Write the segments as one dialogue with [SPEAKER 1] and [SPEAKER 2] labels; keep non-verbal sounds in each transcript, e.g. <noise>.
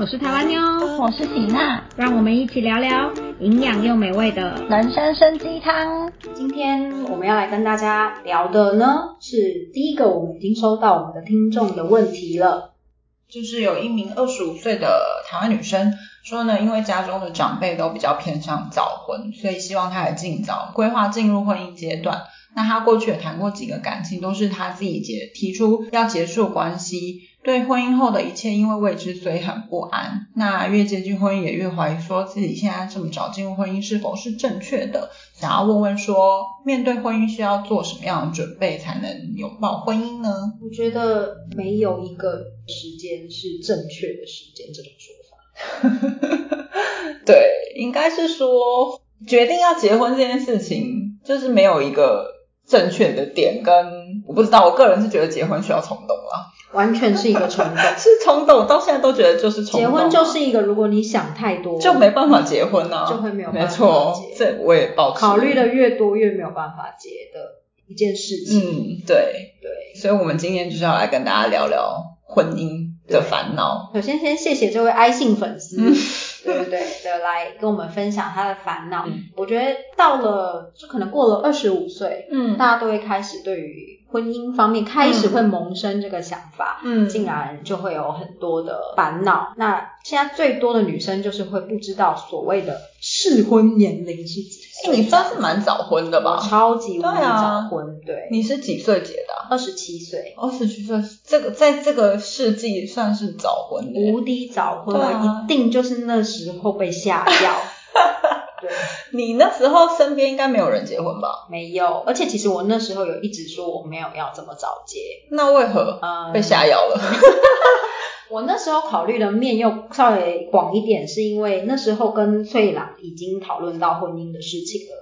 [SPEAKER 1] 我是台湾妞，
[SPEAKER 2] 我是喜娜，
[SPEAKER 1] 让我们一起聊聊营养又美味的
[SPEAKER 2] 人参参鸡汤。
[SPEAKER 3] 今天我们要来跟大家聊的呢，是第一个我们已经收到我们的听众的问题了。
[SPEAKER 4] 就是有一名二十五岁的台湾女生说呢，因为家中的长辈都比较偏向早婚，所以希望她也尽早规划进入婚姻阶段。那她过去也谈过几个感情，都是她自己结提出要结束关系，对婚姻后的一切因为未知所以很不安。那越接近婚姻也越怀疑说自己现在这么早进入婚姻是否是正确的，想要问问说面对婚姻需要做什么样的准备才能拥抱婚姻呢？
[SPEAKER 3] 我觉得没有一个时间是正确的时间这种说法。
[SPEAKER 4] 对，应该是说决定要结婚这件事情，就是没有一个正确的点跟，我不知道，我个人是觉得结婚需要冲动啦，
[SPEAKER 3] 完全是一个冲动。
[SPEAKER 4] 是冲动，到现在都觉得就是冲
[SPEAKER 3] 结
[SPEAKER 4] 动啊，
[SPEAKER 3] 婚就是一个，如果你想太多，
[SPEAKER 4] 就没办法结婚呐、啊，
[SPEAKER 3] 就会没有办法
[SPEAKER 4] 没错
[SPEAKER 3] 结，
[SPEAKER 4] 这我也保持
[SPEAKER 3] 考虑的越多，越没有办法结的一件事情。
[SPEAKER 4] 嗯，对，
[SPEAKER 3] 对。
[SPEAKER 4] 所以我们今天就是要来跟大家聊聊婚姻的烦恼，
[SPEAKER 3] 首先，先谢谢这位 I 姓粉丝，
[SPEAKER 4] 嗯
[SPEAKER 3] 对对对的来跟我们分享他的烦恼。
[SPEAKER 4] 嗯
[SPEAKER 3] 我觉得到了就可能过了二十五岁，
[SPEAKER 4] 嗯
[SPEAKER 3] 大家都会开始对于婚姻方面开始会萌生这个想法，
[SPEAKER 4] 嗯
[SPEAKER 3] 竟然就会有很多的烦恼。那现在最多的女生就是会不知道所谓的适婚年龄是几
[SPEAKER 4] 哎，
[SPEAKER 3] 岁，
[SPEAKER 4] 你算是蛮早婚的
[SPEAKER 3] 我
[SPEAKER 4] 吧？
[SPEAKER 3] 超级无
[SPEAKER 4] 对
[SPEAKER 3] 敌
[SPEAKER 4] 啊
[SPEAKER 3] 早婚，对，
[SPEAKER 4] 你是几岁结的、啊？
[SPEAKER 3] 二十七岁。
[SPEAKER 4] 二十七岁，这个在这个世纪算是早婚的耶。
[SPEAKER 3] 无敌早婚，
[SPEAKER 4] 对啊
[SPEAKER 3] 我一定就是那时候被吓 <laughs> 掉。对，
[SPEAKER 4] <laughs> 你那时候身边应该没有人结婚吧？
[SPEAKER 3] 没有，而且其实我那时候有一直说我没有要这么早结，
[SPEAKER 4] 那为何
[SPEAKER 3] 嗯
[SPEAKER 4] 被下药了？ <laughs>
[SPEAKER 3] 我那时候考虑的面又稍微广一点，是因为那时候跟翠朗已经讨论到婚姻的事情了。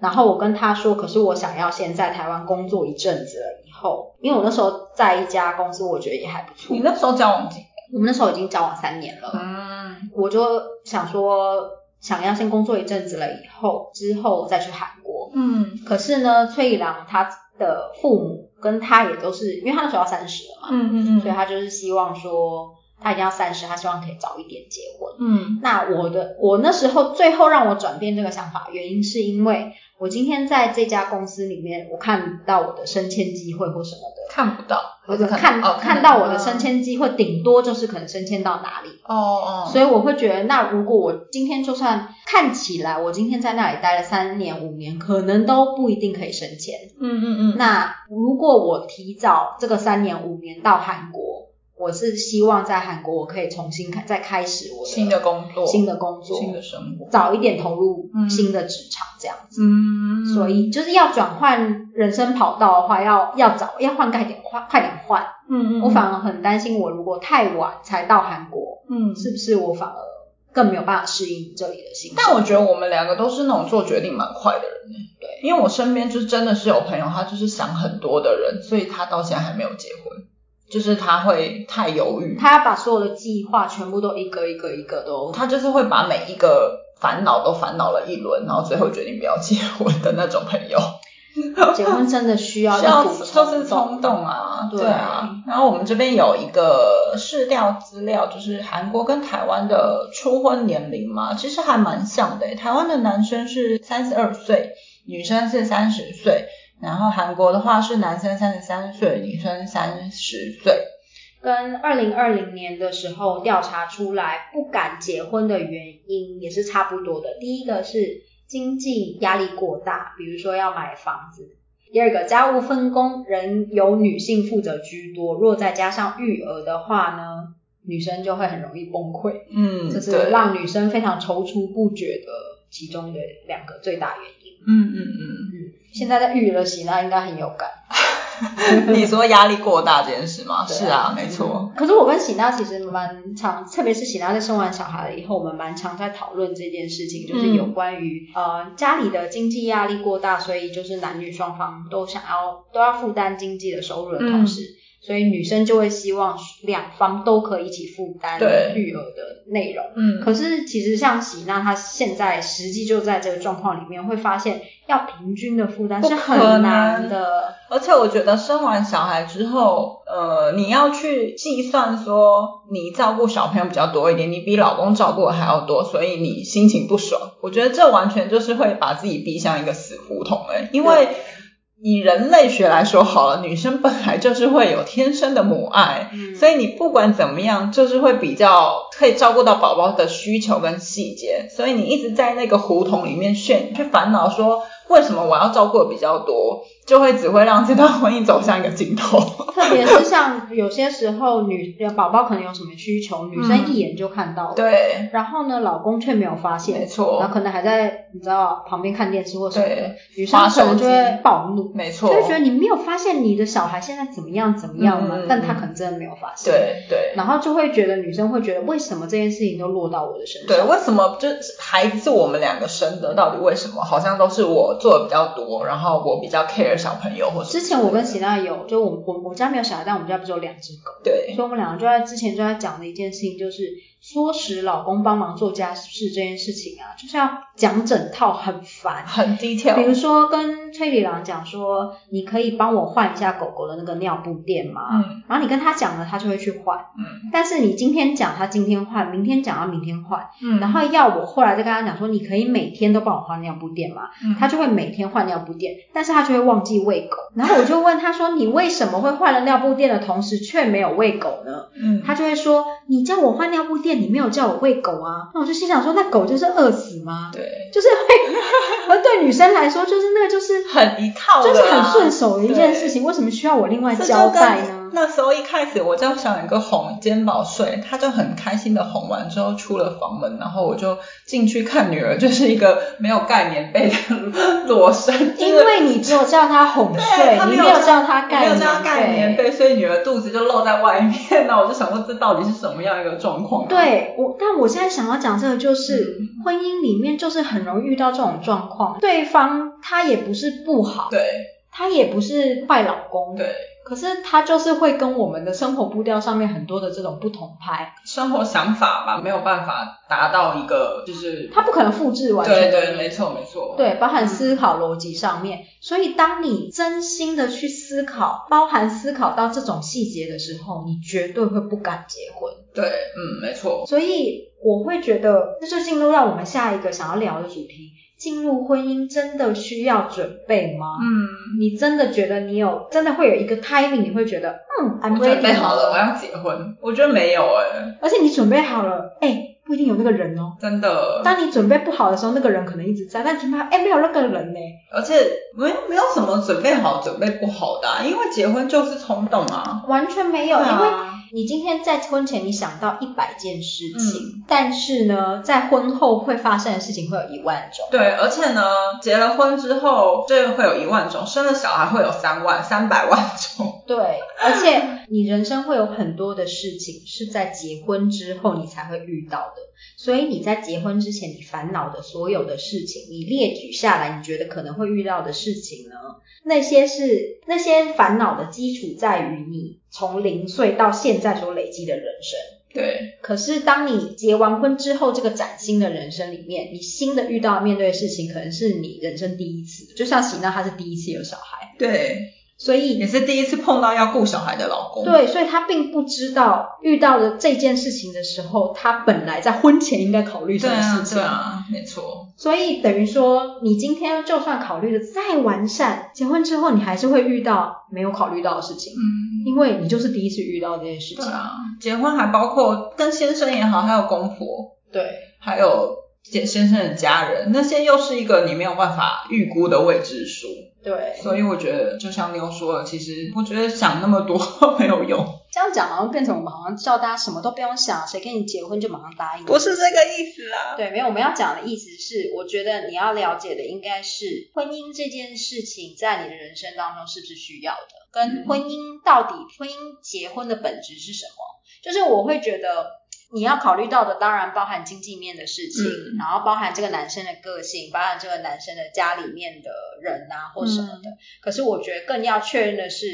[SPEAKER 3] 然后我跟他说，可是我想要先在台湾工作一阵子了，以后，因为我那时候在一家公司，我觉得也还不错
[SPEAKER 4] 你。那时候交往几年？
[SPEAKER 3] 我们那时候已经交往三年了，
[SPEAKER 4] 嗯，
[SPEAKER 3] 我就想说，想要先工作一阵子了，以后之后再去韩国。
[SPEAKER 4] 嗯
[SPEAKER 3] 可是呢，翠一郎他的父母跟他也都是，因为他那时候要三十了嘛，
[SPEAKER 4] 嗯
[SPEAKER 3] 所以他就是希望说他已经要三十，他希望可以早一点结婚。
[SPEAKER 4] 嗯
[SPEAKER 3] 那我的我那时候最后让我转变这个想法，原因是因为我今天在这家公司里面，我看到我的升迁机会或什么的，
[SPEAKER 4] 看不到，
[SPEAKER 3] 我就看、
[SPEAKER 4] 哦
[SPEAKER 3] 看
[SPEAKER 4] 得
[SPEAKER 3] 到我的升迁机会，顶多就是可能升迁到哪里。
[SPEAKER 4] 哦哦，
[SPEAKER 3] 所以我会觉得，那如果我今天就算看起来我今天在那里待了三年五年，可能都不一定可以升迁。
[SPEAKER 4] 嗯嗯嗯，
[SPEAKER 3] 那如果我提早这个三年五年到韩国，我是希望在韩国我可以重新开再开始我的
[SPEAKER 4] 新的工作，
[SPEAKER 3] 新的工作，
[SPEAKER 4] 新的生活，
[SPEAKER 3] 早一点投入
[SPEAKER 4] 嗯
[SPEAKER 3] 新的职场这样子。
[SPEAKER 4] 嗯
[SPEAKER 3] 所以就是要转换人生跑道的话，要要早要换快点换快点换。
[SPEAKER 4] 嗯嗯，
[SPEAKER 3] 我反而很担心，我如果太晚才到韩国，
[SPEAKER 4] 嗯。
[SPEAKER 3] 是不是我反而更没有办法适应这里的新生活？
[SPEAKER 4] 但我觉得我们两个都是那种做决定蛮快的人呢。
[SPEAKER 3] 对，
[SPEAKER 4] 因为我身边就真的是有朋友，他就是想很多的人，所以他到现在还没有结婚，就是他会太犹豫，
[SPEAKER 3] 他要把所有的计划全部都一个一个一个都
[SPEAKER 4] 他就是会把每一个烦恼都烦恼了一轮，然后最后决定不要结婚的那种朋友，
[SPEAKER 3] <laughs> 结婚真的需要
[SPEAKER 4] 需要
[SPEAKER 3] 一股
[SPEAKER 4] 就是冲动啊，
[SPEAKER 3] 对
[SPEAKER 4] 对啊。然后我们这边有一个试调资料，就是韩国跟台湾的初婚年龄嘛，其实还蛮像的。欸台湾的男生是三十二岁，女生是三十岁，然后韩国的话是男生三十三岁，女生三十岁。
[SPEAKER 3] 跟二零二零年的时候调查出来不敢结婚的原因也是差不多的。第一个是经济压力过大，比如说要买房子；第二个家务分工仍由女性负责居多，若再加上育儿的话呢，女生就会很容易崩溃，
[SPEAKER 4] 嗯，
[SPEAKER 3] 这是
[SPEAKER 4] 对
[SPEAKER 3] 让女生非常踌躇不决的其中的两个最大原因。
[SPEAKER 4] 嗯嗯
[SPEAKER 3] 现在在育儿喜那应该很有感。
[SPEAKER 4] 嗯， <laughs> 你说压力过大这件事吗？
[SPEAKER 3] 对啊
[SPEAKER 4] 是啊，没错。
[SPEAKER 3] 可是我跟喜娜其实蛮常，特别是喜娜在生完小孩了以后，我们蛮常在讨论这件事情，
[SPEAKER 4] 嗯
[SPEAKER 3] 就是有关于、呃家里的经济
[SPEAKER 4] 嗯
[SPEAKER 3] 压力过大，所以就是男女双方都想要都要负担经济的收入的同时，所以女生就会希望两方都可以一起负担
[SPEAKER 4] 对
[SPEAKER 3] 育儿的内容。
[SPEAKER 4] 嗯，
[SPEAKER 3] 可是其实像喜娜，她现在实际就在这个状况里面，会发现要平均的负担是
[SPEAKER 4] 不可
[SPEAKER 3] 很
[SPEAKER 4] 能
[SPEAKER 3] 难的。
[SPEAKER 4] 而且我觉得生完小孩之后，呃，你要去计算说你照顾小朋友比较多一点，你比老公照顾的还要多，所以你心情不爽。我觉得这完全就是会把自己逼向一个死胡同哎、因为以人类学来说好了，女生本来就是会有天生的母爱，
[SPEAKER 3] 嗯
[SPEAKER 4] 所以你不管怎么样，就是会比较可以照顾到宝宝的需求跟细节，所以你一直在那个胡同里面炫，去烦恼说为什么我要照顾的比较多，就会只会让这段婚姻走向一个尽头。 <laughs>
[SPEAKER 3] 特别是像有些时候女呃宝宝可能有什么需求，女生一眼就看到了，
[SPEAKER 4] 嗯对，
[SPEAKER 3] 然后呢，老公却没有发
[SPEAKER 4] 没
[SPEAKER 3] 现，然
[SPEAKER 4] 错
[SPEAKER 3] 后，可能还在你知道旁边看电视或什么的
[SPEAKER 4] 对，
[SPEAKER 3] 女生可能就
[SPEAKER 4] 划手
[SPEAKER 3] 会
[SPEAKER 4] 机
[SPEAKER 3] 暴怒，
[SPEAKER 4] 没
[SPEAKER 3] 就
[SPEAKER 4] 错，
[SPEAKER 3] 会觉得你没有发现你的小孩现在怎么样怎么样嘛
[SPEAKER 4] 嗯嗯嗯，
[SPEAKER 3] 但她可能真的没有发现，，
[SPEAKER 4] 对对
[SPEAKER 3] 然后就会觉得女生会觉得为什么这件事情都落到我的身
[SPEAKER 4] 对，
[SPEAKER 3] 上？
[SPEAKER 4] 为什么就是孩子是我们两个生的，到底为什么好像都是我做的比较多，然后我比较 care 小朋友，或者
[SPEAKER 3] 之前我跟喜娜有，就我我我家没有小孩，但我们家不是有两只狗，
[SPEAKER 4] 对
[SPEAKER 3] 所以我们两个就在之前就在讲的一件事情，就是唆使老公帮忙做家事这件事情啊，就是要讲整套，很烦。
[SPEAKER 4] 很
[SPEAKER 3] 比
[SPEAKER 4] detail，
[SPEAKER 3] 如说跟崔里郎讲说，你可以帮我换一下狗狗的那个尿布垫吗？
[SPEAKER 4] 嗯
[SPEAKER 3] 然后你跟他讲了，他就会去换。
[SPEAKER 4] 嗯
[SPEAKER 3] 但是你今天讲他今天换，明天讲他明天换，
[SPEAKER 4] 嗯
[SPEAKER 3] 然后要我后来再跟他讲说，你可以每天都帮我换尿布垫吗？
[SPEAKER 4] 嗯
[SPEAKER 3] 他就会每天换尿布垫，但是他就会忘记喂狗。然后我就问他说，你为什么会换了尿布垫的同时却没有喂狗呢？
[SPEAKER 4] 嗯
[SPEAKER 3] 他就会说：“你叫我换尿布垫，你没有叫我喂狗啊。”那我就心想说：“那狗就是饿死吗？”
[SPEAKER 4] 对，
[SPEAKER 3] 就是会，而对女生来说，就是那个就是
[SPEAKER 4] 很一套的
[SPEAKER 3] 就
[SPEAKER 4] 啦，
[SPEAKER 3] 是很顺手的一件事情，为什么需要我另外
[SPEAKER 4] 这
[SPEAKER 3] 交
[SPEAKER 4] 就
[SPEAKER 3] 代
[SPEAKER 4] 跟
[SPEAKER 3] 呢？
[SPEAKER 4] 那时候一开始我叫小远哥哄肩膀睡，他就很开心的哄完之后出了房门，然后我就进去看女儿，就是一个没有盖棉被的裸身，就是
[SPEAKER 3] 因为你只有叫他哄
[SPEAKER 4] 对啊
[SPEAKER 3] 睡，
[SPEAKER 4] 他
[SPEAKER 3] 你
[SPEAKER 4] 没
[SPEAKER 3] 没
[SPEAKER 4] 有
[SPEAKER 3] 有叫他
[SPEAKER 4] 没
[SPEAKER 3] 盖
[SPEAKER 4] 有叫她盖棉
[SPEAKER 3] 棉被。
[SPEAKER 4] 被，所以女儿肚子就露在外面。 <laughs> 那我就想说，这到底是什么样一个状况、啊？，
[SPEAKER 3] 对我，但我现在想要讲这个就是
[SPEAKER 4] 嗯
[SPEAKER 3] 婚姻里面就是很容易遇到这种状况，对方他也不是不好，
[SPEAKER 4] 对
[SPEAKER 3] 他也不是坏老公，
[SPEAKER 4] 对，
[SPEAKER 3] 可是他就是会跟我们的生活步调上面很多的这种不同拍，
[SPEAKER 4] 生活想法吧，没有办法达到一个就是
[SPEAKER 3] 他不可能复制完全。
[SPEAKER 4] 对对，没错没错，
[SPEAKER 3] 对，包含思考逻辑上面，所以当你真心的去思考，包含思考到这种细节的时候，你绝对会不敢结婚。
[SPEAKER 4] 对，嗯，没错，
[SPEAKER 3] 所以我会觉得，这就进入到我们下一个想要聊的主题：进入婚姻真的需要准备吗？
[SPEAKER 4] 嗯。
[SPEAKER 3] 你真的觉得你有，真的会有一个 timing，你会觉得，嗯
[SPEAKER 4] 我
[SPEAKER 3] ，I'm
[SPEAKER 4] 准
[SPEAKER 3] ready
[SPEAKER 4] 备好了，我
[SPEAKER 3] 了，
[SPEAKER 4] 要结婚。我觉得没有哎、
[SPEAKER 3] 而且你准备好了，哎，不一定有那个人哦。
[SPEAKER 4] 真的。
[SPEAKER 3] 当你准备不好的时候，那个人可能一直在；但准备好，哎，没有那个人呢、
[SPEAKER 4] 而且没有没有什么准备好、准备不好的、啊，因为结婚就是冲动啊。
[SPEAKER 3] 完全没有。
[SPEAKER 4] 对
[SPEAKER 3] 因为
[SPEAKER 4] 啊，
[SPEAKER 3] 你今天在婚前你想到一百件事情，但是呢，在婚后会发生的事情会有一万种。
[SPEAKER 4] 对，而且呢，结了婚之后，这会有一万种，生了小孩会有三万、三百万种。 <laughs>
[SPEAKER 3] 对，而且你人生会有很多的事情是在结婚之后你才会遇到的，所以你在结婚之前你烦恼的所有的事情，你列举下来，你觉得可能会遇到的事情呢？那些是那些烦恼的基础在于你从零岁到现在所累积的人生。
[SPEAKER 4] 对，
[SPEAKER 3] 可是当你结完婚之后，这个崭新的人生里面，你新的遇到面对的事情，可能是你人生第一次，就像喜娜她是第一次有小孩，
[SPEAKER 4] 对，
[SPEAKER 3] 所
[SPEAKER 4] 也
[SPEAKER 3] 以
[SPEAKER 4] 是第一次碰到要顾小孩的老公。，
[SPEAKER 3] 对，啊所以她并不知道遇到了这件事情的时候，她本来在婚前应该考虑什
[SPEAKER 4] 对
[SPEAKER 3] 么
[SPEAKER 4] 啊
[SPEAKER 3] 事，情。
[SPEAKER 4] 对啊，没错。
[SPEAKER 3] 所以等于说，你今天就算考虑的再完善，结婚之后你还是会遇到没有考虑到的事情，
[SPEAKER 4] 嗯，
[SPEAKER 3] 因为你就是第一次遇到这件事情。
[SPEAKER 4] 对啊，结婚还包括跟先生也好，还有公婆，
[SPEAKER 3] 对
[SPEAKER 4] 还有先先生的家人，那些又是一个你没有办法预估的未知数。
[SPEAKER 3] 对，
[SPEAKER 4] 所以我觉得，就像妞说的，其实我觉得想那么多 <laughs> 没有用，
[SPEAKER 3] 这样讲好像变成我们好像叫大家什么都不用想，谁跟你结婚就马上答应。
[SPEAKER 4] 不是这个意思啊啦。
[SPEAKER 3] 对，没有，我们要讲的意思是，我觉得你要了解的应该是婚姻这件事情在你的人生当中是不是需要的，跟
[SPEAKER 4] 嗯
[SPEAKER 3] 婚姻到底婚姻结婚的本质是什么？就是我会觉得你要考虑到的，当然包含经济面的事情，
[SPEAKER 4] 嗯
[SPEAKER 3] 然后包含这个男生的个性，包含这个男生的家里面的人啊或什么的。可是我觉得更要确认的是。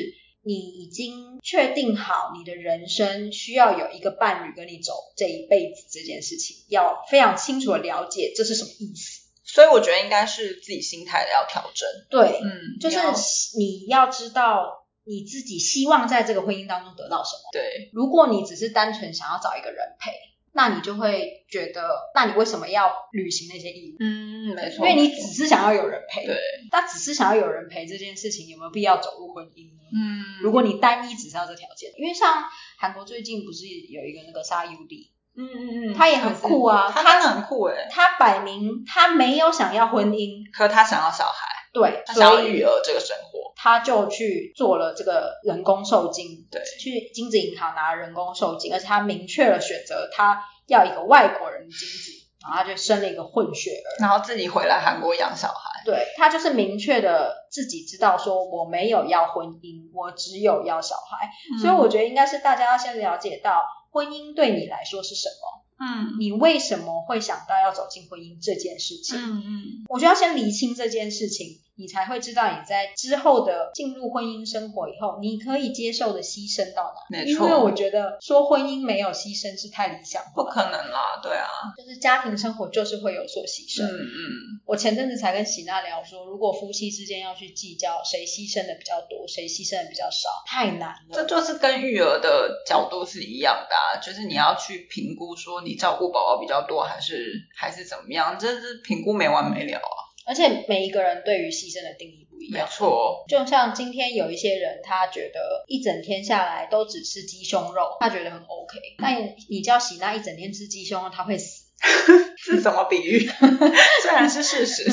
[SPEAKER 3] 你已经确定好你的人生需要有一个伴侣跟你走这一辈子这件事情，要非常清楚的了解这是什么意思。
[SPEAKER 4] 所以我觉得应该是自己心态的要调整。
[SPEAKER 3] 对，
[SPEAKER 4] 嗯，
[SPEAKER 3] 就是
[SPEAKER 4] 要
[SPEAKER 3] 你要知道你自己希望在这个婚姻当中得到什么。
[SPEAKER 4] 对，
[SPEAKER 3] 如果你只是单纯想要找一个人陪，那你就会觉得，那你为什么要履行那些义务？
[SPEAKER 4] 嗯，没
[SPEAKER 3] 因
[SPEAKER 4] 错，
[SPEAKER 3] 为你
[SPEAKER 4] 没
[SPEAKER 3] 只
[SPEAKER 4] 错
[SPEAKER 3] 是想要有人陪，
[SPEAKER 4] 对，
[SPEAKER 3] 那只是想要有人陪这件事情，有没有必要走入婚姻呢？
[SPEAKER 4] 嗯，
[SPEAKER 3] 如果你单一只是要这条件，因为像韩国最近不是有一个那个沙优里，
[SPEAKER 4] 嗯嗯嗯，
[SPEAKER 3] 他也很酷啊
[SPEAKER 4] 他
[SPEAKER 3] 他
[SPEAKER 4] 真的很酷欸诶，
[SPEAKER 3] 他摆明他没有想要婚姻，
[SPEAKER 4] 可他想要小孩，
[SPEAKER 3] 对，
[SPEAKER 4] 他想
[SPEAKER 3] 所
[SPEAKER 4] 要育
[SPEAKER 3] 以
[SPEAKER 4] 儿这个生活，
[SPEAKER 3] 他就去做了这个人工受精，
[SPEAKER 4] 对
[SPEAKER 3] 去精子银行拿人工受精，而且他明确了选择他要一个外国人的精子，然后他就生了一个混血儿，
[SPEAKER 4] 然后自己回来韩国养小孩，
[SPEAKER 3] 对他就是明确的自己知道说我没有要婚姻，我只有要小孩，
[SPEAKER 4] 嗯
[SPEAKER 3] 所以我觉得应该是大家要先了解到婚姻对你来说是什么。
[SPEAKER 4] 嗯
[SPEAKER 3] 你为什么会想到要走进婚姻这件事情？
[SPEAKER 4] 嗯嗯
[SPEAKER 3] 我觉得要先厘清这件事情，你才会知道你在之后的进入婚姻生活以后，你可以接受的牺牲到哪。
[SPEAKER 4] 没
[SPEAKER 3] 因
[SPEAKER 4] 错
[SPEAKER 3] 为我觉得说婚姻没有牺牲是太理想
[SPEAKER 4] 不
[SPEAKER 3] 化，
[SPEAKER 4] 可能啦，对啊，
[SPEAKER 3] 就是家庭生活就是会有所牺牲。
[SPEAKER 4] 嗯嗯，
[SPEAKER 3] 我前阵子才跟喜娜聊说，如果夫妻之间要去计较谁牺牲的比较多，谁牺牲的比较少，太难
[SPEAKER 4] 这
[SPEAKER 3] 了。
[SPEAKER 4] 就是跟育儿的角度是一样的啊，就是你要去评估说你照顾宝宝比较多还是还是怎么样，这是评估没完没了啊，
[SPEAKER 3] 而且每一个人对于牺牲的定义不一
[SPEAKER 4] 没
[SPEAKER 3] 样。
[SPEAKER 4] 错，哦
[SPEAKER 3] 就像今天有一些人，他觉得一整天下来都只吃鸡胸肉，他觉得很 OK。但你叫喜娜一整天吃鸡胸肉，他会死。
[SPEAKER 4] <laughs> 是什么比喻？ <laughs> 虽然是事 <laughs> 实，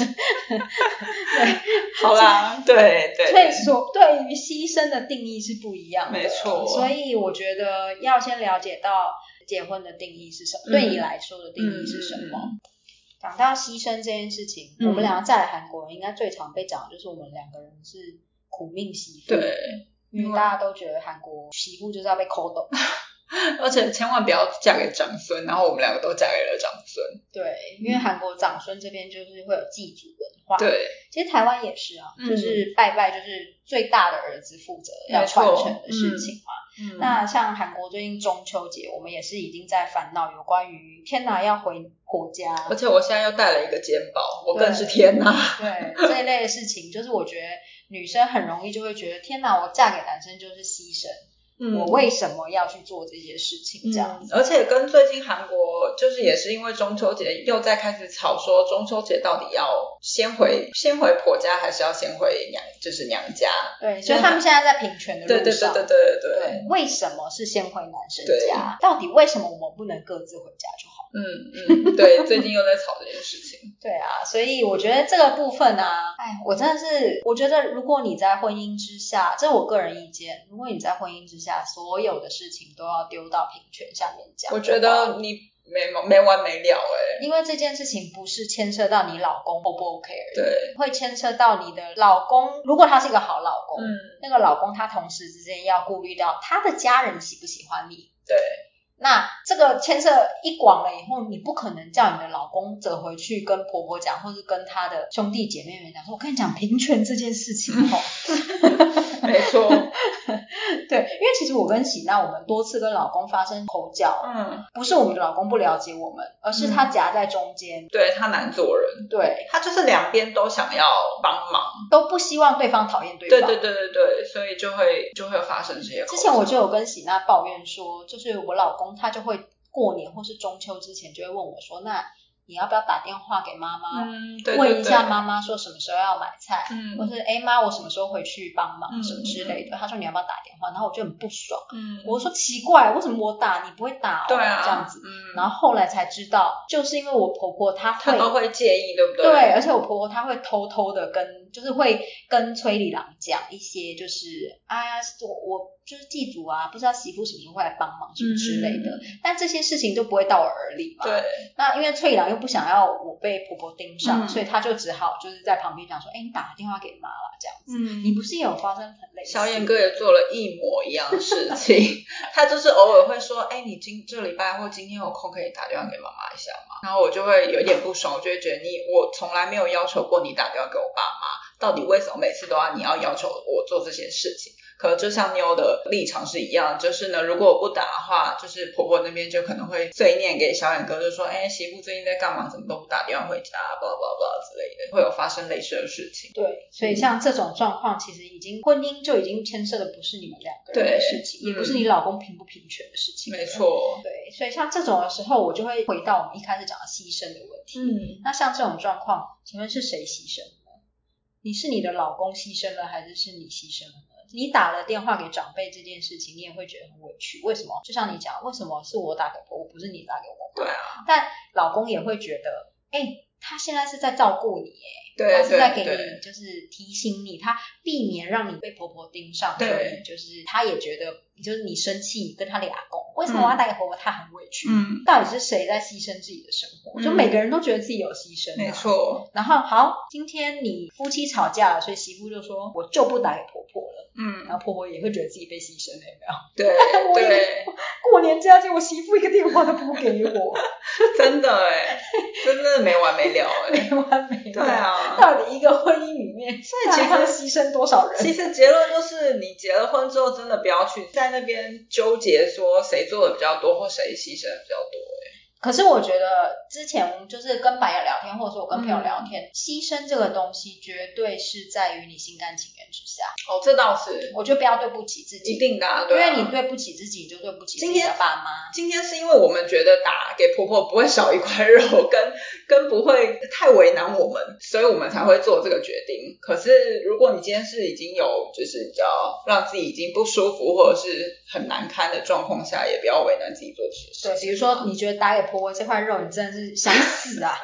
[SPEAKER 4] 好啦， <laughs> 对对，
[SPEAKER 3] 所以
[SPEAKER 4] 对
[SPEAKER 3] 说，对于牺牲的定义是不一样的。
[SPEAKER 4] 没错
[SPEAKER 3] 所以我觉得要先了解到结婚的定义是什么，
[SPEAKER 4] 嗯
[SPEAKER 3] 对你来说的定义是什么。讲到牺牲这件事情，
[SPEAKER 4] 嗯
[SPEAKER 3] 我们两个在韩国应该最常被讲的就是我们两个人是苦命媳妇，
[SPEAKER 4] 对，
[SPEAKER 3] 因为大家都觉得韩国媳妇就是要被抠懂。
[SPEAKER 4] 而且千万不要嫁给长孙，然后我们两个都嫁给了长孙。
[SPEAKER 3] 对，因为韩国长孙这边就是会有祭祖文化，，
[SPEAKER 4] 对，
[SPEAKER 3] 其实台湾也是啊，
[SPEAKER 4] 嗯
[SPEAKER 3] 就是拜拜就是最大的儿子负责要
[SPEAKER 4] 没错
[SPEAKER 3] 传承的事情嘛。
[SPEAKER 4] 嗯
[SPEAKER 3] 那像韩国最近中秋节，我们也是已经在烦恼有关于天哪要回婆
[SPEAKER 4] <laughs>
[SPEAKER 3] 家，
[SPEAKER 4] 而且我现在又带了一个肩包，我更是
[SPEAKER 3] 对
[SPEAKER 4] 天呐。
[SPEAKER 3] 对这一类的事情，就是我觉得女生很容易就会觉得天哪，我嫁给男生就是牺牲，我为什么要去做这些事情这样子？
[SPEAKER 4] 嗯而且跟最近韩国就是也是因为中秋节又在开始吵说中秋节到底要先回先回婆家还是要先回娘就是娘家？
[SPEAKER 3] 对，所以他们现在在平权的
[SPEAKER 4] 对
[SPEAKER 3] 路上，
[SPEAKER 4] 嗯对对对对对
[SPEAKER 3] 对，为什么是先回男生
[SPEAKER 4] 对
[SPEAKER 3] 家？到底为什么我们不能各自回家就好？
[SPEAKER 4] <laughs> 嗯嗯，对，最近又在吵这件事 <laughs> 情。
[SPEAKER 3] 对啊，所以我觉得这个部分啊，哎，我真的是，我觉得如果你在婚姻之下，这是我个人意见，如果你在婚姻之下，所有的事情都要丢到平权下面讲，
[SPEAKER 4] 我觉得。你没没完没了哎、
[SPEAKER 3] 因为这件事情不是牵涉到你老公 O 不 OK 而已，
[SPEAKER 4] 对，
[SPEAKER 3] 会牵涉到你的老公，如果他是一个好老公，
[SPEAKER 4] 嗯，
[SPEAKER 3] 那个老公他同时之间要顾虑到他的家人喜不喜欢你，
[SPEAKER 4] 对，
[SPEAKER 3] 那这个牵涉一广了以后，你不可能叫你的老公折回去跟婆婆讲，或是跟他的兄弟姐妹们讲说，我跟你讲平权这件事情哦。
[SPEAKER 4] 没 <laughs> 错，嗯
[SPEAKER 3] <laughs> 对，因为其实我跟喜娜，我们多次跟老公发生口角，啊
[SPEAKER 4] 嗯，
[SPEAKER 3] 不是我们的老公不了解我们，而是他夹在中间，
[SPEAKER 4] 对他难做人。
[SPEAKER 3] 对，
[SPEAKER 4] 他就是两边都想要帮忙，
[SPEAKER 3] 都不希望对方讨厌对
[SPEAKER 4] 对
[SPEAKER 3] 方。
[SPEAKER 4] 对对对对，所以就会就会发生这些。
[SPEAKER 3] 之前我就有跟喜娜抱怨说，就是我老公他就会过年或是中秋之前就会问我说，那你要不要打电话给妈妈？
[SPEAKER 4] 嗯，对对对
[SPEAKER 3] 问一下妈妈说什么时候要买菜，
[SPEAKER 4] 嗯
[SPEAKER 3] 或是哎妈，我什么时候回去帮忙
[SPEAKER 4] 嗯
[SPEAKER 3] 什么之类的。他说你要不要打电话？然后我就很不爽，
[SPEAKER 4] 嗯，
[SPEAKER 3] 我说奇怪，为什么我打你不会打、哦？
[SPEAKER 4] 对啊，
[SPEAKER 3] 这样子。
[SPEAKER 4] 嗯，
[SPEAKER 3] 然后后来才知道，就是因为我婆婆她
[SPEAKER 4] 他
[SPEAKER 3] 会
[SPEAKER 4] 都会介意，对不对
[SPEAKER 3] 而且我婆婆她会偷偷的跟，就是会跟崔里郎讲一些，就是哎呀，我我就是祭祖啊，不知道媳妇什么时候会来帮忙什么之类的。但这些事情就不会到我耳里嘛。
[SPEAKER 4] 嗯对，
[SPEAKER 3] 那因为翠兰又不想要我被婆婆盯上，
[SPEAKER 4] 嗯
[SPEAKER 3] 所以她就只好就是在旁边讲说：“哎、你打个电话给妈妈这样子。
[SPEAKER 4] 嗯
[SPEAKER 3] 你不是也有发生很类似？
[SPEAKER 4] 小眼哥也做了一模一样的事情， <laughs> 他就是偶尔会说，哎，你今这礼拜或今天有空可以打电话给妈妈一下吗？然后我就会有一点不爽，我就会觉得你我从来没有要求过你打电话给我爸妈，到底为什么每次都要你要要求我做这些事情？可就像妞的立场是一样，就是呢，如果我不打的话，就是婆婆那边就可能会碎念给小冉哥，就说，哎，媳妇最近在干嘛？怎么都不打电话回家，巴拉巴拉巴拉之类的，会有发生类似的事情。
[SPEAKER 3] 对，所以像这种状况，其实已经婚姻就已经牵涉的不是你们两个人的事情，
[SPEAKER 4] 对嗯
[SPEAKER 3] 也不是你老公平不平权的事情。
[SPEAKER 4] 没。错，
[SPEAKER 3] 对，所以像这种的时候，我就会回到我们一开始讲的牺牲的问题。
[SPEAKER 4] 嗯，
[SPEAKER 3] 那像这种状况，请问是谁牺牲了？你是你的老公牺牲了，还是是你牺牲了呢？你打了电话给长辈这件事情，你也会觉得很委屈。为什么？就像你讲，为什么是我打给婆婆，不是你打给我？
[SPEAKER 4] 对啊，
[SPEAKER 3] 但老公也会觉得，哎、他现在是在照顾你，哎，
[SPEAKER 4] 对
[SPEAKER 3] 他是在给
[SPEAKER 4] 对对，
[SPEAKER 3] 你就是提醒你，他避免让你被婆婆盯上，
[SPEAKER 4] 对
[SPEAKER 3] 所以就是他也觉得就是你生气跟他俩公，为什么我要打给婆婆，他很委屈。
[SPEAKER 4] 嗯，
[SPEAKER 3] 到底是谁在牺牲自己的生活？
[SPEAKER 4] 嗯
[SPEAKER 3] 就每个人都觉得自己有牺牲、啊，
[SPEAKER 4] 没。错，
[SPEAKER 3] 然后好，今天你夫妻吵架了，所以媳妇就说我就不打给婆婆了，
[SPEAKER 4] 嗯，
[SPEAKER 3] 然后婆婆也会觉得自己被牺牲了，有没有？ <laughs>
[SPEAKER 4] <laughs> 对
[SPEAKER 3] 我也
[SPEAKER 4] 对，
[SPEAKER 3] 过年佳节我媳妇一个电话都不给我，
[SPEAKER 4] <laughs>
[SPEAKER 3] <laughs>
[SPEAKER 4] 真的 <laughs> 哎，真的没完没了哎，
[SPEAKER 3] 没完没了。
[SPEAKER 4] 对，啊。
[SPEAKER 3] 到底一个婚姻里面，现
[SPEAKER 4] 以其实
[SPEAKER 3] 他们牺牲多少人？
[SPEAKER 4] <laughs> 其实结论就是，你结了婚之后，真的不要去在那边纠结说谁做的比较多或谁牺牲的比较多。
[SPEAKER 3] 可是我觉得之前就是跟白友聊天，或者说我跟朋友聊天，牺牲这个东西绝对是在于你心甘情愿之下。
[SPEAKER 4] 哦，这倒是
[SPEAKER 3] 我觉得不要对不起自己，
[SPEAKER 4] 一定的、啊，
[SPEAKER 3] 因
[SPEAKER 4] 对啊、
[SPEAKER 3] 为你对不起自己，你就对不起自
[SPEAKER 4] 今
[SPEAKER 3] 己
[SPEAKER 4] 天
[SPEAKER 3] 的爸妈。
[SPEAKER 4] 今天是因为我们觉得打给婆婆不会少一块肉，跟跟不会太为难我们，所以我们才会做这个决定。可是如果你今天是已经有就是比较让自己已经不舒服或者是很难堪的状况下，也不要为难自己做这些事。
[SPEAKER 3] 对，比如说你觉得打给婆婆这块肉，你真的是想死 <laughs> 啊，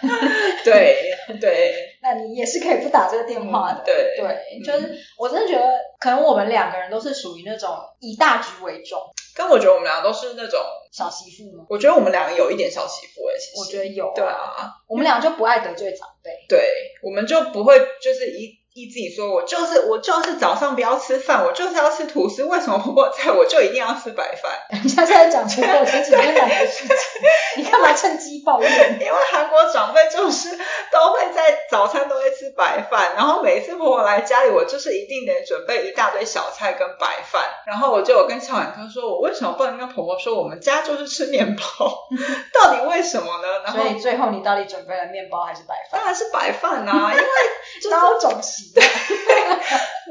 [SPEAKER 4] <laughs> 对对
[SPEAKER 3] 那你也是可以不打这个电话的。
[SPEAKER 4] 嗯对
[SPEAKER 3] 对，
[SPEAKER 4] 嗯
[SPEAKER 3] 就是我真的觉得，可能我们两个人都是属于那种以大局为重，
[SPEAKER 4] 跟我觉得我们俩都是那种，
[SPEAKER 3] 小媳妇吗？
[SPEAKER 4] 我觉得我们两个有一点小媳妇哎、其实
[SPEAKER 3] 我觉得有、
[SPEAKER 4] 对，啊，
[SPEAKER 3] 我们俩就不爱得罪长辈。
[SPEAKER 4] 对，我们就不会就是一。一自己说，我就是我就是早上不要吃饭，我就是要吃吐司。为什么婆婆在我就一定要吃白饭？
[SPEAKER 3] 人家在讲出我前几天买的事 <laughs> 情，你干嘛趁机抱怨？
[SPEAKER 4] 因为韩国长辈就是都会在早餐都会吃白饭，然后每次婆婆来家里，我就是一定得准备一大堆小菜跟白饭。然后我就有跟小婉哥说，我为什么不能跟婆婆说我们家就是吃面包？ <laughs> 到底为什么呢？然
[SPEAKER 3] 所
[SPEAKER 4] 后
[SPEAKER 3] 以最后啊你到底准备了面包还是白饭？
[SPEAKER 4] 当然是白饭呐、因为就是
[SPEAKER 3] 刀总席的，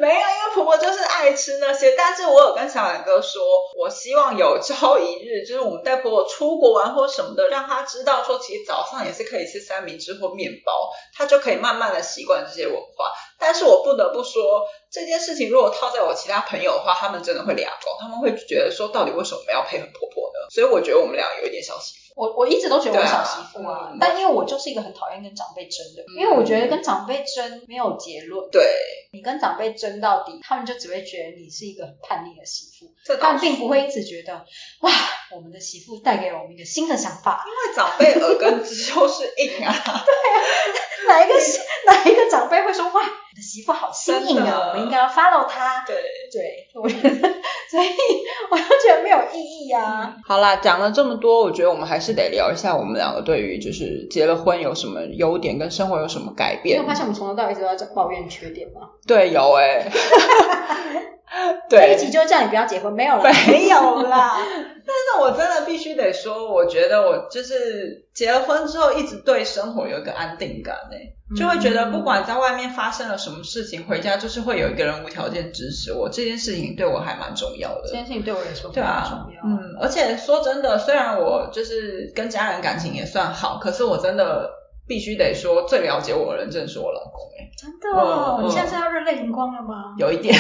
[SPEAKER 4] 没有，因为婆婆就是爱吃那些。但是我有跟小冉哥说，我希望有朝一日，就是我们带婆婆出国玩或什么的，让她知道说，其实早上也是可以吃三明治或面包，她就可以慢慢的习惯这些文化。但是我不得不说，这件事情如果套在我其他朋友的话，他们真的会俩狗，他们会觉得说，到底为什么要配合婆婆呢？所以我觉得我们俩有一点小媳妇。
[SPEAKER 3] 我我一直都觉得我小媳妇
[SPEAKER 4] 对
[SPEAKER 3] 啊
[SPEAKER 4] 啊嗯，嗯
[SPEAKER 3] 但因为我就是一个很讨厌跟长辈争的，因为我觉得跟长辈争没有结论，
[SPEAKER 4] 对，
[SPEAKER 3] 你跟长辈争到底，他们就只会觉得你是一个很叛逆的媳妇，
[SPEAKER 4] 这
[SPEAKER 3] 他
[SPEAKER 4] 倒
[SPEAKER 3] 们
[SPEAKER 4] 是
[SPEAKER 3] 并不会因此觉得哇，我们的媳妇带给我们一个新的想法。
[SPEAKER 4] 因为长辈耳根子就是硬啊。 <laughs>
[SPEAKER 3] 哪一个哪一个长辈会说哇，你的媳妇好新颖
[SPEAKER 4] 真
[SPEAKER 3] 啊，
[SPEAKER 4] 的
[SPEAKER 3] 我们应该要 follow 她。
[SPEAKER 4] 对。
[SPEAKER 3] 对，
[SPEAKER 4] <laughs>
[SPEAKER 3] 我觉得，所以我就觉得没有意义啊。
[SPEAKER 4] 好啦，讲了这么多，我觉得我们还是得聊一下我们两个对于就是结了婚有什么优点，跟生活有什么改
[SPEAKER 3] 你
[SPEAKER 4] 变
[SPEAKER 3] 有。发现我们从头到尾一直都在抱怨缺点吗？
[SPEAKER 4] 对，有哎、 <laughs>
[SPEAKER 3] 这
[SPEAKER 4] 对
[SPEAKER 3] 一，集就叫你不要结婚，没有了。
[SPEAKER 4] 没有啦。 <laughs> 但是我真的必须得说，我觉得我就是结了婚之后，一直对生活有一个安定感呢、就会觉得不管在外面发生了什么事情，回家就是会有一个人无条件支持我，这件事情对我还蛮重要的。
[SPEAKER 3] 这件事情对我来说
[SPEAKER 4] 对啊
[SPEAKER 3] 非常重，要
[SPEAKER 4] 嗯，而且说真的，虽然我就是跟家人感情也算好，可是我真的必须得说，最了解我的人正是我老公、欸，
[SPEAKER 3] 真的哦，
[SPEAKER 4] 嗯嗯
[SPEAKER 3] 你现在是要热泪盈眶了吗？
[SPEAKER 4] 有一 <laughs> 点，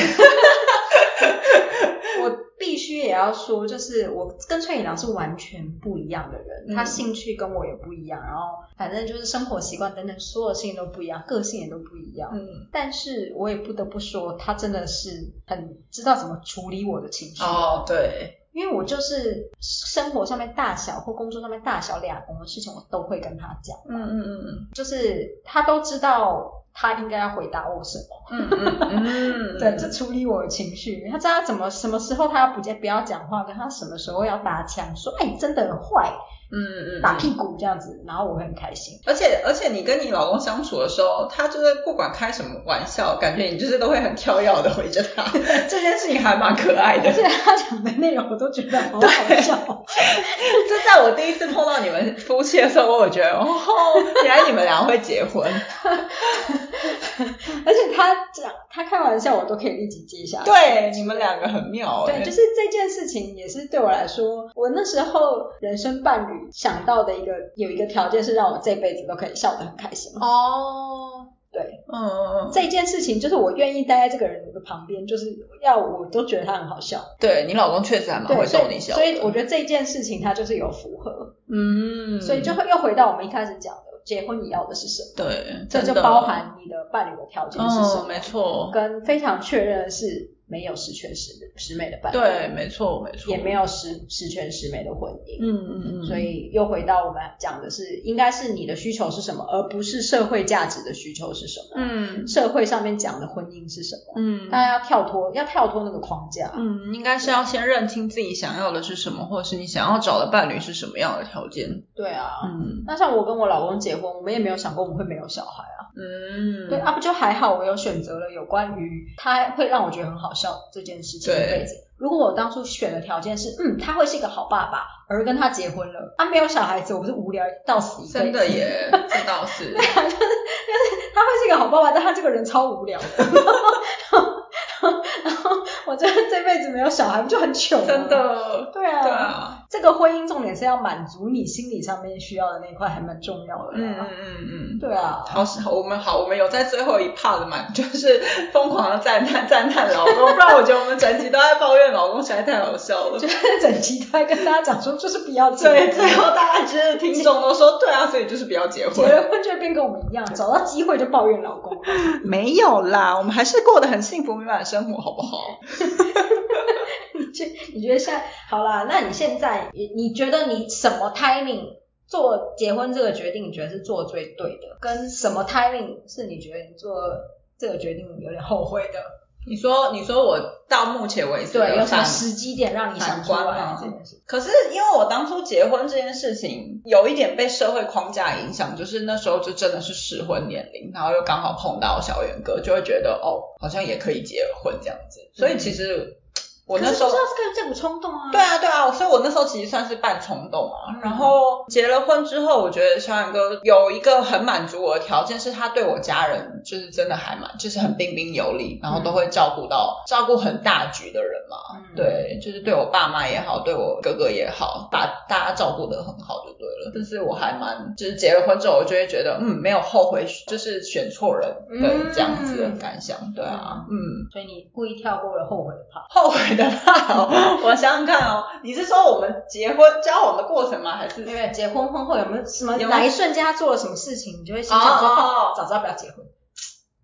[SPEAKER 3] 我必须也要说，就是我跟翠姨娘是完全不一样的人，
[SPEAKER 4] 嗯
[SPEAKER 3] 她兴趣跟我也不一样，然后反正就是生活习惯等等，所有事情都不一样，个性也都不一样。
[SPEAKER 4] 嗯，
[SPEAKER 3] 但是我也不得不说，她真的是很知道怎么处理我的情绪。
[SPEAKER 4] 哦，对，
[SPEAKER 3] 因为我就是生活上面大小或工作上面大小两公的事情，我都会跟他讲，
[SPEAKER 4] 嗯嗯嗯，
[SPEAKER 3] 就是他都知道他应该要回答我什么？
[SPEAKER 4] 嗯嗯嗯，
[SPEAKER 3] 对，就处理我的情绪。他知道怎么什么时候他要不再不要讲话，跟他什么时候要打枪，说哎真的很坏，
[SPEAKER 4] 嗯嗯
[SPEAKER 3] 打屁股这样子，然后我会很开心。 <laughs>
[SPEAKER 4] 而且而且你跟你老公相处的时候，他就是不管开什么玩笑，感觉你就是都会很跳跃的回着 <laughs> 他，这件事情还蛮可爱的
[SPEAKER 3] 而。且他讲的内容我都觉得好好笑，
[SPEAKER 4] 这在我第一次碰到你们夫妻的时候，我有觉得哦，原来你们俩会结婚。
[SPEAKER 3] <laughs> 而且他讲他开玩笑我都可以立即接下来。
[SPEAKER 4] 对，你们两个很妙哎、
[SPEAKER 3] 对，就是这件事情也是对我来说，我那时候人生伴侣想到的一个有一个条件是让我这辈子都可以笑得很开心。
[SPEAKER 4] 哦，
[SPEAKER 3] 对，
[SPEAKER 4] 嗯嗯嗯，
[SPEAKER 3] 这件事情就是我愿意待在这个人的旁边，就是要我都觉得他很好笑。
[SPEAKER 4] 对你老公确实还蛮
[SPEAKER 3] 对，
[SPEAKER 4] 会
[SPEAKER 3] 所
[SPEAKER 4] 逗
[SPEAKER 3] 以
[SPEAKER 4] 你笑
[SPEAKER 3] 所以我觉得这件事情它就是有符合，
[SPEAKER 4] 嗯，
[SPEAKER 3] 所以就会又回到我们一开始讲的，结婚你要的是什么？
[SPEAKER 4] 对，
[SPEAKER 3] 这就
[SPEAKER 4] 真的
[SPEAKER 3] 包含你的伴侣的条件是什么？
[SPEAKER 4] 嗯，没错，
[SPEAKER 3] 跟非常确认的是没有十全十十美的伴侣，
[SPEAKER 4] 对，，没错没错，
[SPEAKER 3] 也没有十十全十美的婚姻。
[SPEAKER 4] 嗯嗯嗯，
[SPEAKER 3] 所以又回到我们讲的是，应该是你的需求是什么，而不是社会价值的需求是什么。
[SPEAKER 4] 嗯
[SPEAKER 3] 社会上面讲的婚姻是什么？
[SPEAKER 4] 嗯。
[SPEAKER 3] 大家要跳脱，要跳脱那个框架。
[SPEAKER 4] 嗯，应该是要先认清自己想要的是什么，或者是你想要找的伴侣是什么样的条件。
[SPEAKER 3] 对啊。
[SPEAKER 4] 嗯
[SPEAKER 3] 那像我跟我老公结婚，我们也没有想过我们会没有小孩啊。
[SPEAKER 4] 嗯，
[SPEAKER 3] 对啊，不就还好，我有选择了有关于他会让我觉得很好笑这件事情的
[SPEAKER 4] 对
[SPEAKER 3] 背景。如果我当初选的条件是，嗯，他会是一个好爸爸，而跟他结婚了，啊，没有小孩子，我是无聊到死一辈子。
[SPEAKER 4] 真的耶，这
[SPEAKER 3] <laughs>
[SPEAKER 4] 倒是。
[SPEAKER 3] 他会是一个好爸爸，但他这个人超无聊的。 <laughs> 然后然后我觉得这辈子没有小孩，不就很糗吗？
[SPEAKER 4] <laughs> 真，的，
[SPEAKER 3] 对啊，
[SPEAKER 4] 对啊，
[SPEAKER 3] 这个婚姻重点是要满足你心理上面需要的那一块，还蛮重要的
[SPEAKER 4] 嗯
[SPEAKER 3] 啦。
[SPEAKER 4] 嗯嗯嗯。
[SPEAKER 3] 对啊，
[SPEAKER 4] 好，是好，我们好，我们有在最后一 part 嘛， <laughs> 就是疯狂的赞叹赞叹老公，不然我觉得我们整集都在抱怨老公实在太好笑了 <laughs>
[SPEAKER 3] 就。是 <laughs> 整集都在跟大家讲说，就是不要结婚，
[SPEAKER 4] 对，最后大家其实听众都说对啊，所以就是不要结
[SPEAKER 3] 结
[SPEAKER 4] 婚。
[SPEAKER 3] 了婚就会变跟我们一样，找到机会就抱怨老公。
[SPEAKER 4] <laughs>
[SPEAKER 3] <laughs>
[SPEAKER 4] 没有啦，我们还是过得很幸福美满的生活，好不好？
[SPEAKER 3] 你觉你觉得现在好啦？那你现在你你觉得你什么 timing 做结婚这个决定，你觉得是做最对的？跟什么 timing 是你觉得你做这个决定有点后悔的？
[SPEAKER 4] 你说，你说我到目前为止
[SPEAKER 3] 对，有
[SPEAKER 4] 的
[SPEAKER 3] 什么
[SPEAKER 4] 反
[SPEAKER 3] 时机点让你想出
[SPEAKER 4] 反观啊
[SPEAKER 3] 来
[SPEAKER 4] 吗
[SPEAKER 3] 这件事？
[SPEAKER 4] 可是因为我当初结婚这件事情，有一点被社会框架影响，就是那时候就真的是适婚年龄，然后又刚好碰到小远哥，就会觉得哦，好像也可以结婚这样子。所以其实我那时候
[SPEAKER 3] 可是就是要这股冲动啊。
[SPEAKER 4] 对啊，对啊，所以我那时候其实算是半冲动啊。然后结了婚之后，我觉得小冉哥有一个很满足我的条件，是他对我家人就是真的还蛮，就是很彬彬有礼，然后都会照顾到照顾很大局的人嘛。
[SPEAKER 3] 嗯
[SPEAKER 4] 对，就是对我爸妈也好，对我哥哥也好，把大家照顾得很好就对了。但是我还蛮，就是结了婚之后，我就会觉得嗯，没有后悔，就是选错人
[SPEAKER 3] 嗯
[SPEAKER 4] 的这样子的感想。对啊，嗯。
[SPEAKER 3] 所以你故意跳过了后悔的 part。
[SPEAKER 4] 后悔的怕哦， <laughs> 我想想看哦，你是说我们结婚交往的过程吗？还是
[SPEAKER 3] 因为结婚婚后有没有什么
[SPEAKER 4] 有没有啊
[SPEAKER 3] 哪一瞬间他做了什么事情，你就会心想说，
[SPEAKER 4] 哦
[SPEAKER 3] 哦早知道不要结婚。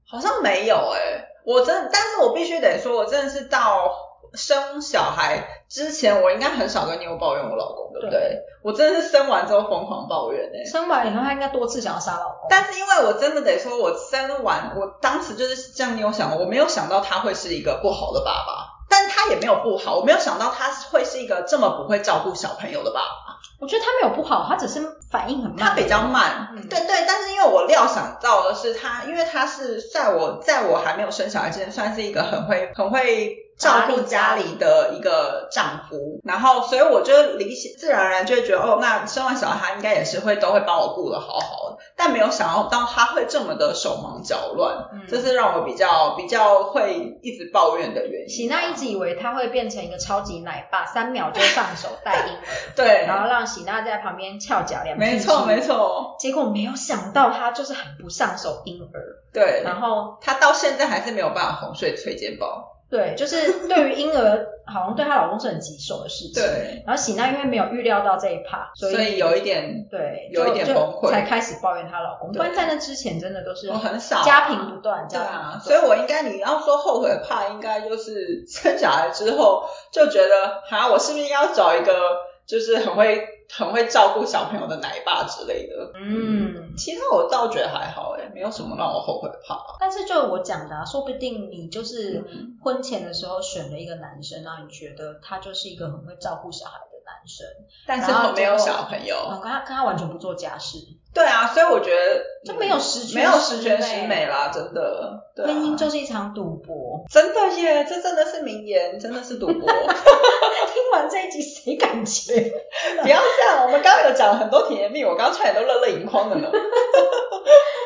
[SPEAKER 4] 好像没有诶、我真的，但是我必须得说，我真的是到生小孩之前，我应该很少跟妞抱怨我老公，对不对？
[SPEAKER 3] 对
[SPEAKER 4] 我真的是生完之后疯狂抱怨欸诶、
[SPEAKER 3] 生完以后，他应该多次想要杀老公。
[SPEAKER 4] 但是因为我真的得说，我生完，我当时就是像妞想的，我没有想到他会是一个不好的爸爸，但他也没有不好，我没有想到他会是一个这么不会照顾小朋友的爸爸。
[SPEAKER 3] 我觉得他没有不好，他只是反应很慢。
[SPEAKER 4] 他比较慢，
[SPEAKER 3] 嗯
[SPEAKER 4] 对对，但是因为我料想到的是他，因为他是在我在我还没有生小孩之前，算是一个很会很会照顾家里的一个丈夫，然后所以我就理解自然而然就会觉得哦，那生完小孩应该也是会都会帮我顾得好好的，但没有想到到他会这么的手忙脚乱，
[SPEAKER 3] 嗯
[SPEAKER 4] 这是让我比较比较会一直抱怨的原因。
[SPEAKER 3] 喜娜一直以为她会变成一个超级奶爸，三秒就上手带婴儿，
[SPEAKER 4] <laughs> 对，
[SPEAKER 3] 然后让喜娜在旁边翘脚两
[SPEAKER 4] 没错没
[SPEAKER 3] 错。
[SPEAKER 4] 错，
[SPEAKER 3] 结果没有想到她就是很不上手婴儿，
[SPEAKER 4] 对，
[SPEAKER 3] 然后
[SPEAKER 4] 他到现在还是没有办法哄睡催肩包，
[SPEAKER 3] 对，就是对于婴儿好像对她老公是很棘手的事情。
[SPEAKER 4] 对。
[SPEAKER 3] 然后喜娜因为没有预料到这一趴，所
[SPEAKER 4] 所
[SPEAKER 3] 以
[SPEAKER 4] 以有一点，
[SPEAKER 3] 对
[SPEAKER 4] 有一点
[SPEAKER 3] 就就
[SPEAKER 4] 崩溃
[SPEAKER 3] 才开始抱怨她老公。
[SPEAKER 4] 对
[SPEAKER 3] 不然在那之前真的都是
[SPEAKER 4] 我很少啊
[SPEAKER 3] 家贫不断，
[SPEAKER 4] 对
[SPEAKER 3] 家贫
[SPEAKER 4] 啊，
[SPEAKER 3] 不断
[SPEAKER 4] 所以我应该你要说后悔的怕，应该就是生小孩之后就觉得，哈，我是不是应该要找一个就是很会很会照顾小朋友的奶爸之类的。
[SPEAKER 5] 嗯，
[SPEAKER 4] 其他我倒觉得还好，哎，没有什么让我后悔的怕。
[SPEAKER 3] 但是就我讲的、啊，说不定你就是
[SPEAKER 4] 嗯
[SPEAKER 3] 婚前的时候选了一个男生，然后你觉得他就是一个很会照顾小孩的男生，
[SPEAKER 4] 但是
[SPEAKER 3] 然后
[SPEAKER 4] 我没有
[SPEAKER 3] 就
[SPEAKER 4] 小朋友。
[SPEAKER 3] 啊，跟他跟他完全不做家事，
[SPEAKER 4] 对啊，所以我觉得
[SPEAKER 3] 就没有十全
[SPEAKER 4] 没有十全十
[SPEAKER 3] 十
[SPEAKER 4] 美
[SPEAKER 3] 美
[SPEAKER 4] 啦，真的。对啊
[SPEAKER 3] 婚姻就是一场赌博。 <laughs>
[SPEAKER 4] 真的耶，这真的是名言，真的是赌博。 <laughs>
[SPEAKER 3] 听完这一集，谁敢接？
[SPEAKER 4] 不要这样，我们刚刚有讲很多甜言蜜语，我刚刚差点都热泪盈眶的呢。
[SPEAKER 3] <laughs>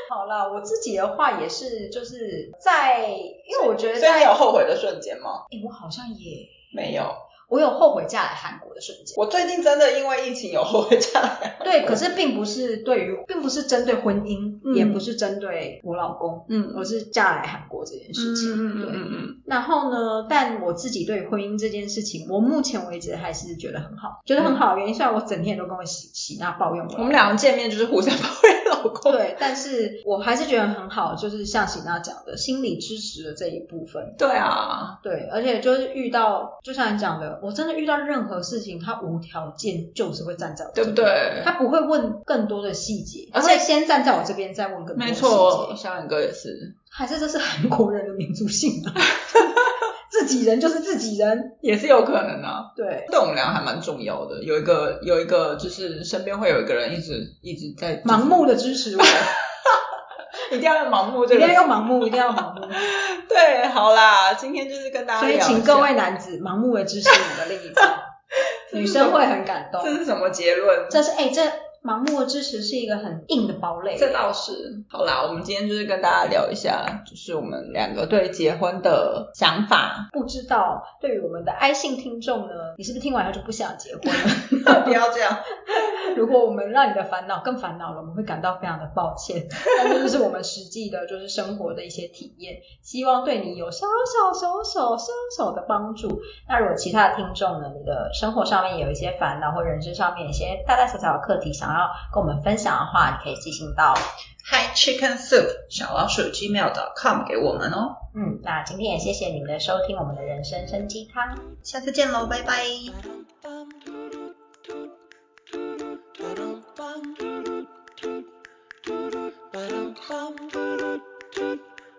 [SPEAKER 3] 好了，我自己的话也是，就是在，因为我觉得
[SPEAKER 4] 所以
[SPEAKER 3] 在，
[SPEAKER 4] 你有后悔的瞬间吗？
[SPEAKER 3] 诶我好像也，
[SPEAKER 4] 没有，
[SPEAKER 3] 我有后悔嫁来韩国的瞬间。
[SPEAKER 4] 我最近真的因为疫情有后悔下来。
[SPEAKER 3] 对，可是并不是对于，并不是针对婚姻，
[SPEAKER 4] 嗯
[SPEAKER 3] 也不是针对我老公，
[SPEAKER 4] 嗯
[SPEAKER 3] 我是嫁来韩国这件事情。对。
[SPEAKER 4] 嗯
[SPEAKER 3] 然后呢，但我自己对婚姻这件事情，我目前为止还是觉得很好，觉得很好的原因，虽然我整天都跟我喜喜娜抱怨我老公
[SPEAKER 4] 嗯我们两个见面就是互相抱怨老公。
[SPEAKER 3] 对，但是我还是觉得很好，就是像喜娜讲的，心理支持的这一部分，
[SPEAKER 4] 对啊，
[SPEAKER 3] 对，而且就是遇到，就像你讲的，我真的遇到任何事情，他无条件就是会站在我这
[SPEAKER 4] 对
[SPEAKER 3] 边
[SPEAKER 4] 不？对？
[SPEAKER 3] 他不会问更多的细节，
[SPEAKER 4] 而
[SPEAKER 3] 而
[SPEAKER 4] 且
[SPEAKER 3] 且先站在我这边再问更多
[SPEAKER 4] 没
[SPEAKER 3] 的细
[SPEAKER 4] 错，
[SPEAKER 3] 节，
[SPEAKER 4] 小远哥也是，
[SPEAKER 3] 还是这是韩国人的民族性
[SPEAKER 4] <laughs>
[SPEAKER 3] 啊，自己人就是自己人，
[SPEAKER 4] 也是有可能啊。
[SPEAKER 3] 对，
[SPEAKER 4] <laughs> 对我们俩还蛮重要的，有一个有一个就是身边会有一个人一直一直在
[SPEAKER 3] 盲，目的支
[SPEAKER 4] <laughs>
[SPEAKER 3] 持我，
[SPEAKER 4] 一定要用盲目
[SPEAKER 3] 一
[SPEAKER 4] 这
[SPEAKER 3] 定
[SPEAKER 4] 个
[SPEAKER 3] 要
[SPEAKER 4] 词。
[SPEAKER 3] 用盲目，一定要盲
[SPEAKER 4] <laughs>
[SPEAKER 3] 目，
[SPEAKER 4] 对，好啦，今天就是跟大家
[SPEAKER 3] 所
[SPEAKER 4] 聊
[SPEAKER 3] 以
[SPEAKER 4] 一下，
[SPEAKER 3] 请各位男子盲目的支持你的另一
[SPEAKER 4] <laughs>
[SPEAKER 3] 半，女生会很感动。
[SPEAKER 4] 这是什么结论？
[SPEAKER 3] 这是哎、这盲目的支持是一个很硬的堡垒。
[SPEAKER 4] 这倒是。好啦，我们今天就是跟大家聊一下，就是我们两个对结婚的想法。
[SPEAKER 3] 不知道对于我们的哀信听众呢，你是不是听完以后就不想结婚了？
[SPEAKER 4] <laughs> 不要这样，
[SPEAKER 3] 如果我们让你的烦恼更烦恼了，我们会感到非常的抱歉。但这就是我们实际的，就是生活的一些体验，希望对你有小小小小小小的帮助。那如果其他的听众呢，你的生活上面有一些烦恼，或人生上面有一些大大小小的课题，想要跟我们分享的话，你可以寄信到
[SPEAKER 4] Hi Chicken Soup 小老鼠 gmail.com 给我们哦，
[SPEAKER 3] 嗯，那今天也谢谢你们的收听，我们的人生生鸡汤。
[SPEAKER 4] 下次见喽，拜拜。
[SPEAKER 6] Ba-dum-bum.